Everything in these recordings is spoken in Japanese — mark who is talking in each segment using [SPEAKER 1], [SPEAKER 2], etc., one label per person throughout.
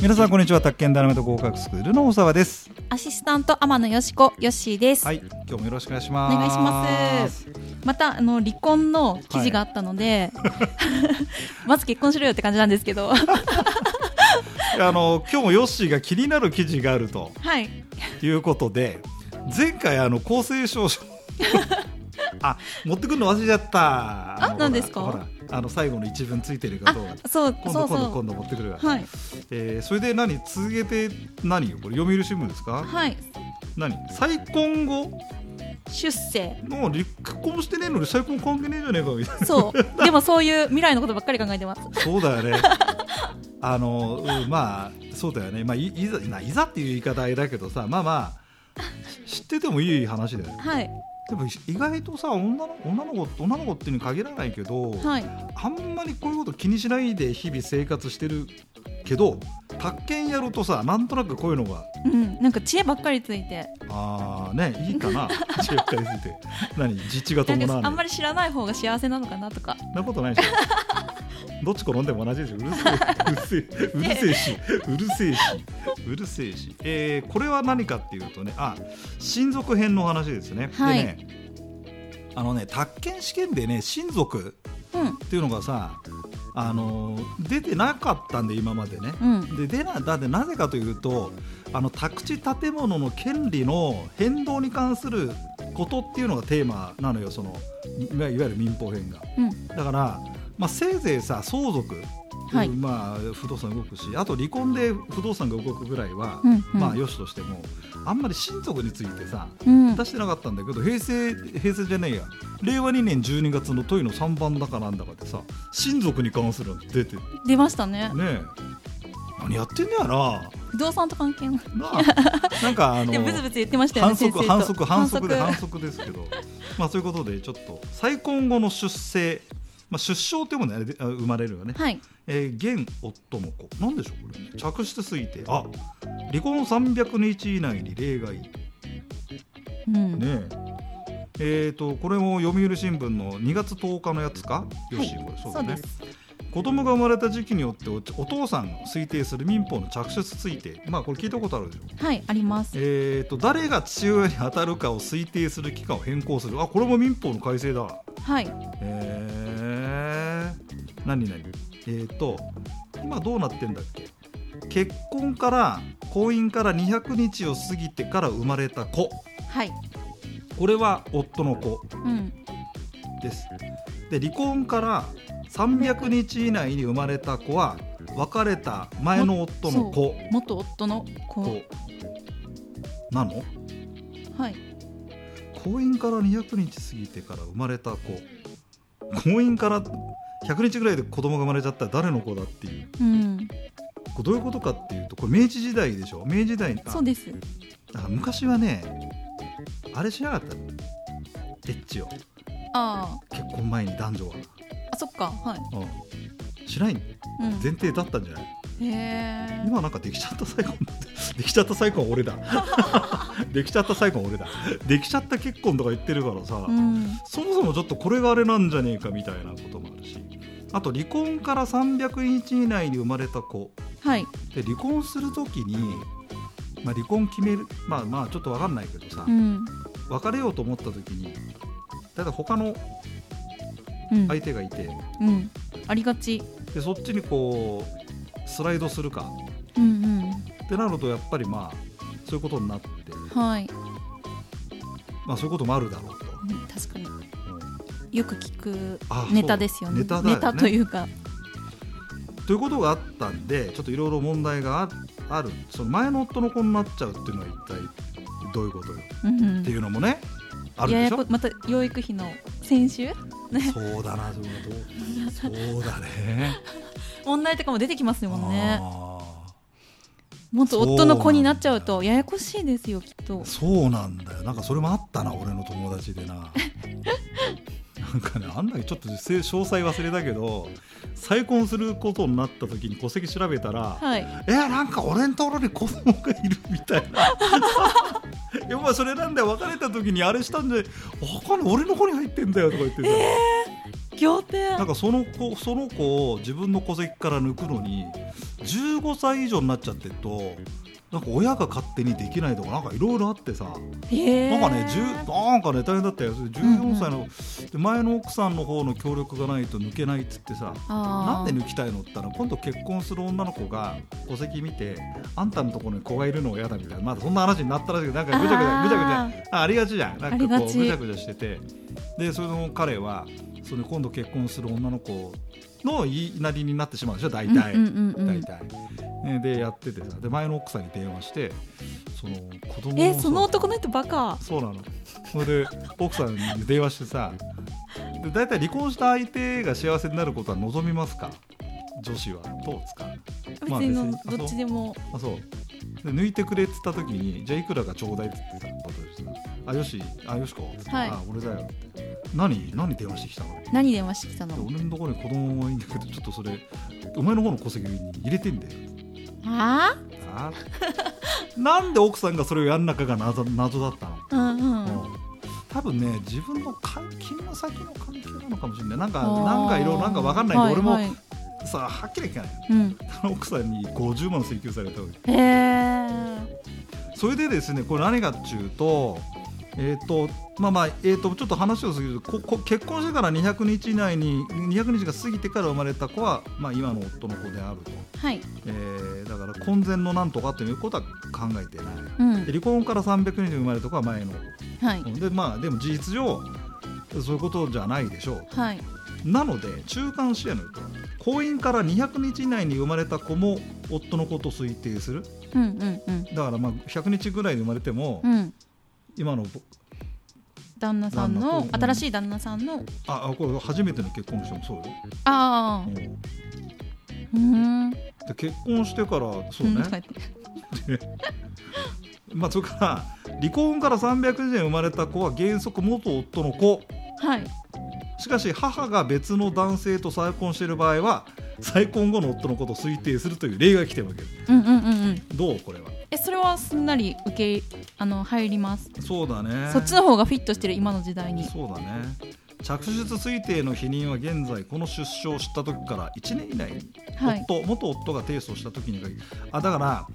[SPEAKER 1] 皆さんこんにちは宅建ダイナメント合格スクールの大沢です
[SPEAKER 2] アシスタント天野よしこよっしーです。
[SPEAKER 1] はい今日もよろしくお願いし
[SPEAKER 2] お
[SPEAKER 1] ます
[SPEAKER 2] 願いします。またあの離婚の記事があったので、 まず結婚しろよって感じなんです けど、
[SPEAKER 1] あの今日もヨッシーが気になる記事があると
[SPEAKER 2] はい、
[SPEAKER 1] いうことで前回あの厚生省 あ持ってくるの忘れちゃった
[SPEAKER 2] あ
[SPEAKER 1] の
[SPEAKER 2] 何ですか
[SPEAKER 1] ほらあの最後の一文ついてるか
[SPEAKER 2] あ
[SPEAKER 1] どうか、
[SPEAKER 2] そう、
[SPEAKER 1] 今
[SPEAKER 2] そ
[SPEAKER 1] 度
[SPEAKER 2] うそ
[SPEAKER 1] 今度今
[SPEAKER 2] う、
[SPEAKER 1] 度持ってくるから、
[SPEAKER 2] はい、
[SPEAKER 1] えーそれで何続けて何よこれ読売新聞ですか
[SPEAKER 2] はい、
[SPEAKER 1] 何再婚後
[SPEAKER 2] 出世、
[SPEAKER 1] の離婚してねえのに再婚関係ねえじゃねえかみたい
[SPEAKER 2] そう、でもそういう未来のことばっかり考えてます。
[SPEAKER 1] なそうだよねあのうんまあそうだよね、まあ、いいざないざっていう言い方あれだけどさまあまあし知っててもいい話だよね
[SPEAKER 2] はい、
[SPEAKER 1] でも意外とさ女の女の子女の子っていうに限らないけど、
[SPEAKER 2] はい、
[SPEAKER 1] あんまりこういうこと気にしないで日々生活してるけど宅建やるとさなんとなくこういうのが
[SPEAKER 2] うん、なんか知恵ばっかりついて、
[SPEAKER 1] あーねいいかな違ったりして何実地が
[SPEAKER 2] なん
[SPEAKER 1] 伴わ
[SPEAKER 2] か
[SPEAKER 1] な
[SPEAKER 2] あ
[SPEAKER 1] い
[SPEAKER 2] んまり知らない方が幸せなのかなとか、
[SPEAKER 1] そんなことないでし ょどっち転んでも同じでしょうるせえうるせえしうる せえしうるせえし、えーこれは何かっていうとねあ親族編の話ですね、
[SPEAKER 2] はい
[SPEAKER 1] でねあのね宅建試験でね親族
[SPEAKER 2] うん、
[SPEAKER 1] っていうのがさあのー出てなかったんで今までね、
[SPEAKER 2] うん、
[SPEAKER 1] で出なだってなぜかというとあの宅地建物の権利の変動に関することっていうのがテーマなのよそのいいわいわゆる民法編が
[SPEAKER 2] うん、
[SPEAKER 1] だから、まあ、せいぜいさ相続、
[SPEAKER 2] はい
[SPEAKER 1] まあ、不動産動くしあと離婚で不動産が動くぐらいは、
[SPEAKER 2] うん、うん
[SPEAKER 1] まあよしとしてもあんまり親族についてさ
[SPEAKER 2] うん、
[SPEAKER 1] 出してなかったんだけど平成平成じゃねえや令和2年12月の「トイの3番だかなんだか」でさ親族に関するの出てね
[SPEAKER 2] 出ましたね。
[SPEAKER 1] え何やってんねやな
[SPEAKER 2] 不動産と関係ない。
[SPEAKER 1] な あなんかあの
[SPEAKER 2] でブツブツ言ってましたよね。
[SPEAKER 1] 反則
[SPEAKER 2] 先生と
[SPEAKER 1] 反則反則で
[SPEAKER 2] 反
[SPEAKER 1] 反
[SPEAKER 2] 則
[SPEAKER 1] 則ですけどまあそういうことでちょっと再婚後の出生まあ出生っていうものねであ生まれるよね、
[SPEAKER 2] はい。
[SPEAKER 1] えー現夫の子なんでしょうこれ着室推定あ離婚300日以内に例外ね
[SPEAKER 2] うん。
[SPEAKER 1] えーとこれも読売新聞の2月10日のやつかよし、これそう
[SPEAKER 2] そ
[SPEAKER 1] だ
[SPEAKER 2] う
[SPEAKER 1] ね
[SPEAKER 2] です。
[SPEAKER 1] 子供が生まれた時期によっておお父さんが推定する民法の着室推定まあこれ聞いたことあるでしょ
[SPEAKER 2] はい、あります。
[SPEAKER 1] えー、と誰が父親に当たるかを推定する期間を変更するあこれも民法の改正だ
[SPEAKER 2] はい。
[SPEAKER 1] えー、何何えー、と今どうなってんだっけ結婚から婚姻から200日を過ぎてから生まれた子
[SPEAKER 2] はい。
[SPEAKER 1] これは夫の子
[SPEAKER 2] うん。
[SPEAKER 1] ですで離婚から300日以内に生まれた子は別れた前の夫の子
[SPEAKER 2] 元夫の子
[SPEAKER 1] 子。なの
[SPEAKER 2] はい。
[SPEAKER 1] 婚姻から200日過ぎてから生まれた子婚姻から100日ぐらいで子供が生まれちゃったら誰の子だっていう
[SPEAKER 2] うん。
[SPEAKER 1] これどういうことかっていうとこれ明治時代でしょ明治時代にあ
[SPEAKER 2] そうです。
[SPEAKER 1] あ昔はねあれしなかったのエッチを
[SPEAKER 2] あ
[SPEAKER 1] 結婚前に男女は、
[SPEAKER 2] あ。あ、そっか。はい。
[SPEAKER 1] うん、しない
[SPEAKER 2] うん。
[SPEAKER 1] 前提だったんじゃない
[SPEAKER 2] へえ。
[SPEAKER 1] 今なんかできちゃった再婚できちゃった再婚俺 だできちゃった再婚俺だできちゃった結婚とか言ってるからさ、
[SPEAKER 2] うん。
[SPEAKER 1] そもそもちょっとこれがあれなんじゃねえかみたいなこともあるしあと離婚から300日以内に生まれた子
[SPEAKER 2] はい。
[SPEAKER 1] で離婚するときに、まあ、離婚決めるまあまあちょっと分かんないけどさ、
[SPEAKER 2] うん。
[SPEAKER 1] 別れようと思ったときにだいたい他の
[SPEAKER 2] うん。
[SPEAKER 1] 相手がいて
[SPEAKER 2] うん。ありがち。
[SPEAKER 1] でそっちにこうスライドするか
[SPEAKER 2] うん
[SPEAKER 1] ってなるとやっぱりまあそういうことになって、
[SPEAKER 2] うん。はい。う
[SPEAKER 1] まあ、そういうこともあるだろうと。
[SPEAKER 2] ん確かに。
[SPEAKER 1] うん
[SPEAKER 2] よく聞く
[SPEAKER 1] あそう
[SPEAKER 2] ネタですよね。
[SPEAKER 1] ネタだよね
[SPEAKER 2] というか。
[SPEAKER 1] ということがあったんでちょっといろいろ問題がああるその前の夫の子になっちゃうっていうのは一体どういうことよっ
[SPEAKER 2] うんうん
[SPEAKER 1] て。いうのもねある
[SPEAKER 2] や
[SPEAKER 1] で
[SPEAKER 2] や
[SPEAKER 1] しょ
[SPEAKER 2] こまた養育費の先週
[SPEAKER 1] そうだなそうだそうだ ね
[SPEAKER 2] 問題とかも出てきますもんね。
[SPEAKER 1] あ
[SPEAKER 2] 元夫の子になっちゃうとややこしいですよきっと
[SPEAKER 1] ー。そうなんだよなんかそれもあったな俺の友達で ななんかねあんだけちょっとせ詳細忘れたけど再婚することになった時に戸籍調べたら、
[SPEAKER 2] はい。
[SPEAKER 1] えなんか俺のところに子供がいるみたいな。 いやまあそれなんだよ別れた時にあれしたんで「わかんない俺の子に入ってんだよ」とか言ってさ、
[SPEAKER 2] 仰天
[SPEAKER 1] なんかその子その子を自分の戸籍から抜くのに15歳以上になっちゃってるとなんか親が勝手にできないとかなんかいろいろあってさ
[SPEAKER 2] へ
[SPEAKER 1] な
[SPEAKER 2] ー
[SPEAKER 1] んかね10なんかね大変だったよそれ14歳の、で前の奥さんの方の協力がないと抜けないっつってさな
[SPEAKER 2] あ
[SPEAKER 1] んで
[SPEAKER 2] ー
[SPEAKER 1] 抜きたいのって言ったら今度結婚する女の子が戸籍見てあんたのところに子がいるのが嫌だみたいなまだそんな話になったらしくなんかぐちゃぐちゃ
[SPEAKER 2] あー
[SPEAKER 1] ぐちゃぐちゃあありがちじゃんなんか
[SPEAKER 2] あり
[SPEAKER 1] こ
[SPEAKER 2] が
[SPEAKER 1] う
[SPEAKER 2] ち
[SPEAKER 1] ぐちゃぐちゃしててでその彼はその今度結婚する女の子の言いなりになってしまうでしょ大体。
[SPEAKER 2] うんうんうんう
[SPEAKER 1] 大
[SPEAKER 2] ん
[SPEAKER 1] 体ね、でやっててさで前の奥さんに電話してその子供
[SPEAKER 2] え
[SPEAKER 1] さ
[SPEAKER 2] その男の人バカ
[SPEAKER 1] そうなのそれで奥さんに電話してさで大体離婚した相手が幸せになることは望みますか女子はどうですか
[SPEAKER 2] 別
[SPEAKER 1] まあ
[SPEAKER 2] に
[SPEAKER 1] 別に
[SPEAKER 2] どっちでも
[SPEAKER 1] あそうで抜いてくれっつった時にじゃあいくらかちょうだいって言ってたことですあよしあよしこ、
[SPEAKER 2] はい
[SPEAKER 1] あ俺だよって何何電話してきたのって
[SPEAKER 2] 何電話してきたの
[SPEAKER 1] で俺のところに子供がいいんだけどちょっとそれお前の方の戸籍に入れてんだよ
[SPEAKER 2] あ
[SPEAKER 1] あ なんで奥さんがそれをやんなかが謎謎だったの
[SPEAKER 2] あうんうん
[SPEAKER 1] 多分ね自分の関勤の先の関係なのかもしれないなんか
[SPEAKER 2] あー
[SPEAKER 1] なんかいろいろなんか分かんないんで、
[SPEAKER 2] は
[SPEAKER 1] 俺も
[SPEAKER 2] はい
[SPEAKER 1] さはっきり聞かない
[SPEAKER 2] うん
[SPEAKER 1] 奥さんに50万請求されたわけ
[SPEAKER 2] へえ
[SPEAKER 1] それでですねこれ何かっちゅうとえーとまあまあえー、とちょっと話をするとここ結婚してから200日以内に200日が過ぎてから生まれた子は、まあ、今の夫の子であると、
[SPEAKER 2] はい
[SPEAKER 1] えーだから婚前のなんとかということは考えてない
[SPEAKER 2] うん
[SPEAKER 1] で離婚から300日生まれた子は前の
[SPEAKER 2] はい
[SPEAKER 1] でまあでも事実上そういうことじゃないでしょう
[SPEAKER 2] はい
[SPEAKER 1] なので中間試合のと婚姻から200日以内に生まれた子も夫の子と推定する
[SPEAKER 2] うんうんうん
[SPEAKER 1] だからまあ100日ぐらいで生まれても、
[SPEAKER 2] うん
[SPEAKER 1] 今の
[SPEAKER 2] 旦那さん
[SPEAKER 1] 旦那
[SPEAKER 2] の
[SPEAKER 1] とうん
[SPEAKER 2] 新しい旦那さんの
[SPEAKER 1] ああこれ初めての結婚してもそうよ、
[SPEAKER 2] あ
[SPEAKER 1] う
[SPEAKER 2] あ
[SPEAKER 1] んで
[SPEAKER 2] うん
[SPEAKER 1] 結婚してからそうね、
[SPEAKER 2] うんとか言って
[SPEAKER 1] まあそれから離婚から300日に生まれた子は原則元夫の子
[SPEAKER 2] はい
[SPEAKER 1] しかし母が別の男性と再婚している場合は再婚後の夫のことを推定するという例外が来てるわけです
[SPEAKER 2] うんうんうんうん
[SPEAKER 1] どうこれは
[SPEAKER 2] えそれはすんなり受けあの入ります
[SPEAKER 1] そうだね
[SPEAKER 2] そっちの方がフィットしてる今の時代に
[SPEAKER 1] そうだね着手術推定の否認は現在この出生を知った時から1年以内に
[SPEAKER 2] はい
[SPEAKER 1] 夫、元夫が提訴した時に限りあだから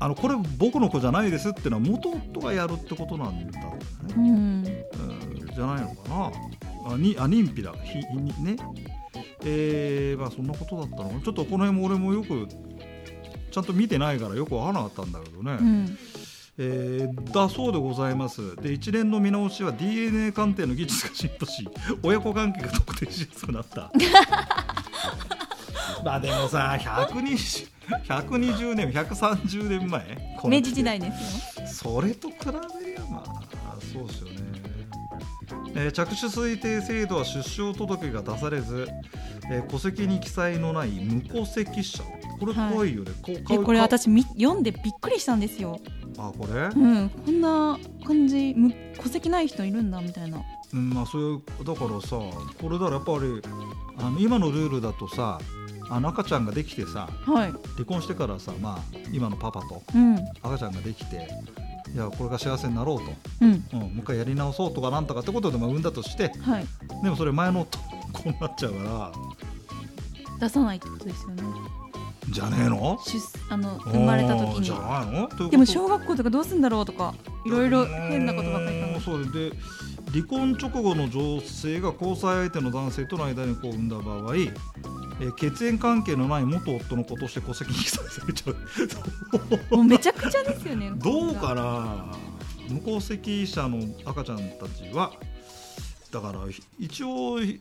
[SPEAKER 1] あのこれ僕の子じゃないですっていうのは元夫がやるってことなんだろうね
[SPEAKER 2] う、ん
[SPEAKER 1] うん、じゃないのかなあにあ認否だひひにねえー、まあそんなことだったのかなちょっとこの辺も俺もよくちゃんと見てないからよくわからなかったんだけどね、
[SPEAKER 2] うん
[SPEAKER 1] えーだそうでございますで一連の見直しは DNA 鑑定の技術が進歩し 親子関係が特定しやすくなった まあでもさ120 120年130年前これ
[SPEAKER 2] 明治時代ですよ
[SPEAKER 1] それと比べりゃまあそうですよね、えー着手推定制度は出生届が出されず、えー戸籍に記載のない無戸籍者これ
[SPEAKER 2] はい
[SPEAKER 1] 怖いよね、こう
[SPEAKER 2] え
[SPEAKER 1] か
[SPEAKER 2] これ
[SPEAKER 1] か
[SPEAKER 2] 私み読んでびっくりしたんですよ
[SPEAKER 1] あこれ
[SPEAKER 2] うんこんな感じむ戸籍ない人いるんだみたいな
[SPEAKER 1] うんまあそういうだからさこれだからやっぱりあの今のルールだとさあの赤ちゃんができてさ
[SPEAKER 2] はい
[SPEAKER 1] 離婚してからさ、まあ、今のパパと
[SPEAKER 2] うん
[SPEAKER 1] 赤ちゃんができていやこれが幸せになろう
[SPEAKER 2] うん
[SPEAKER 1] と、うん、もう一回やり直そうとかなんとかってことでも産んだとして
[SPEAKER 2] はい
[SPEAKER 1] でもそれ前のとこうなっちゃうから
[SPEAKER 2] 出さないってことですよね
[SPEAKER 1] じゃねえの
[SPEAKER 2] 出あの生まれた時
[SPEAKER 1] うんじゃ
[SPEAKER 2] に
[SPEAKER 1] ないのということ
[SPEAKER 2] でも小学校とかどうすんだろうとかいろいろ変なことばっかり
[SPEAKER 1] う
[SPEAKER 2] 考
[SPEAKER 1] ーん
[SPEAKER 2] え
[SPEAKER 1] そうで離婚直後の女性が交際相手の男性との間に子を産んだ場合、えー血縁関係のない元夫の子として戸籍に記載されちゃう
[SPEAKER 2] てもうめちゃくちゃです よね
[SPEAKER 1] どうかな無戸籍者の赤ちゃんたちはだからひ一応ひ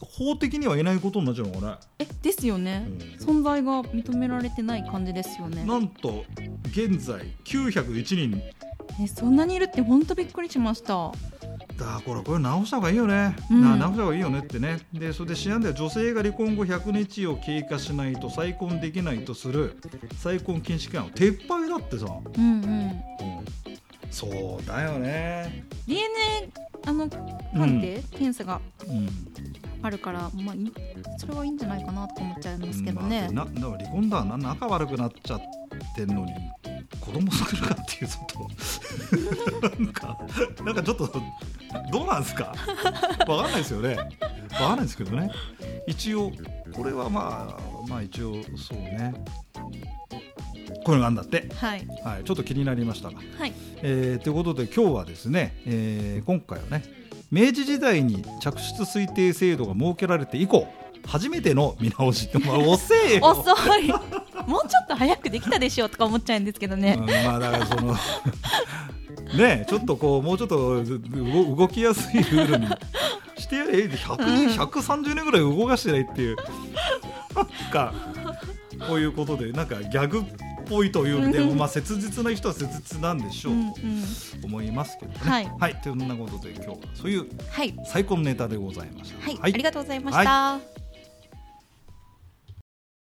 [SPEAKER 1] 法的にはいないことになっちゃうのか
[SPEAKER 2] えですよね
[SPEAKER 1] うん
[SPEAKER 2] 存在が認められてない感じですよね
[SPEAKER 1] ねなんと現在901人
[SPEAKER 2] えそんなにいるって本当びっくりしました
[SPEAKER 1] だこれこれ直した方がいいよね、
[SPEAKER 2] うん
[SPEAKER 1] な直した方がいいよねってねでそれで試案では女性が離婚後100日を経過しないと再婚できないとする再婚禁止期間を撤廃だってさ、
[SPEAKER 2] うんうん
[SPEAKER 1] うん、そうだよね、
[SPEAKER 2] DNA あの鑑定、検査が
[SPEAKER 1] うん、
[SPEAKER 2] あるから、まあ、いそれはいいんじゃないかなとか思っちゃいますけどね
[SPEAKER 1] うん。まあなだから離婚だな仲悪くなっちゃってんのに子供作るかっていうち ょっとなんかなんかちょっとどうなんですかわかんないですよねわからないですけどね一応これはまあまあ一応そうねこういうのがあるんだって、
[SPEAKER 2] はい
[SPEAKER 1] はい、ちょっと気になりましたが、
[SPEAKER 2] はい
[SPEAKER 1] えーということで今日はですね、えー今回はね明治時代に着出推定制度が設けられて以降初めての見直しって、まあ、遅えよ
[SPEAKER 2] 遅いもうちょっ と早くできたでしょとか思っちゃうんですけどね
[SPEAKER 1] うん、まあだからその ねえちょっとこうもうちょっとず動動きやすいルールにしてやれ
[SPEAKER 2] うん
[SPEAKER 1] 100 130年ぐらい動かしてないっていうなんかこういうことでなんかギャグっぽいというで
[SPEAKER 2] うん
[SPEAKER 1] もまあ切実な人は切実なんでしょ
[SPEAKER 2] う
[SPEAKER 1] うん
[SPEAKER 2] うん
[SPEAKER 1] と思いますけどね。
[SPEAKER 2] はい
[SPEAKER 1] といそんなことで今日はそういう
[SPEAKER 2] はい
[SPEAKER 1] 最高のネタでございました。
[SPEAKER 2] はい、ありがとうございました、
[SPEAKER 1] は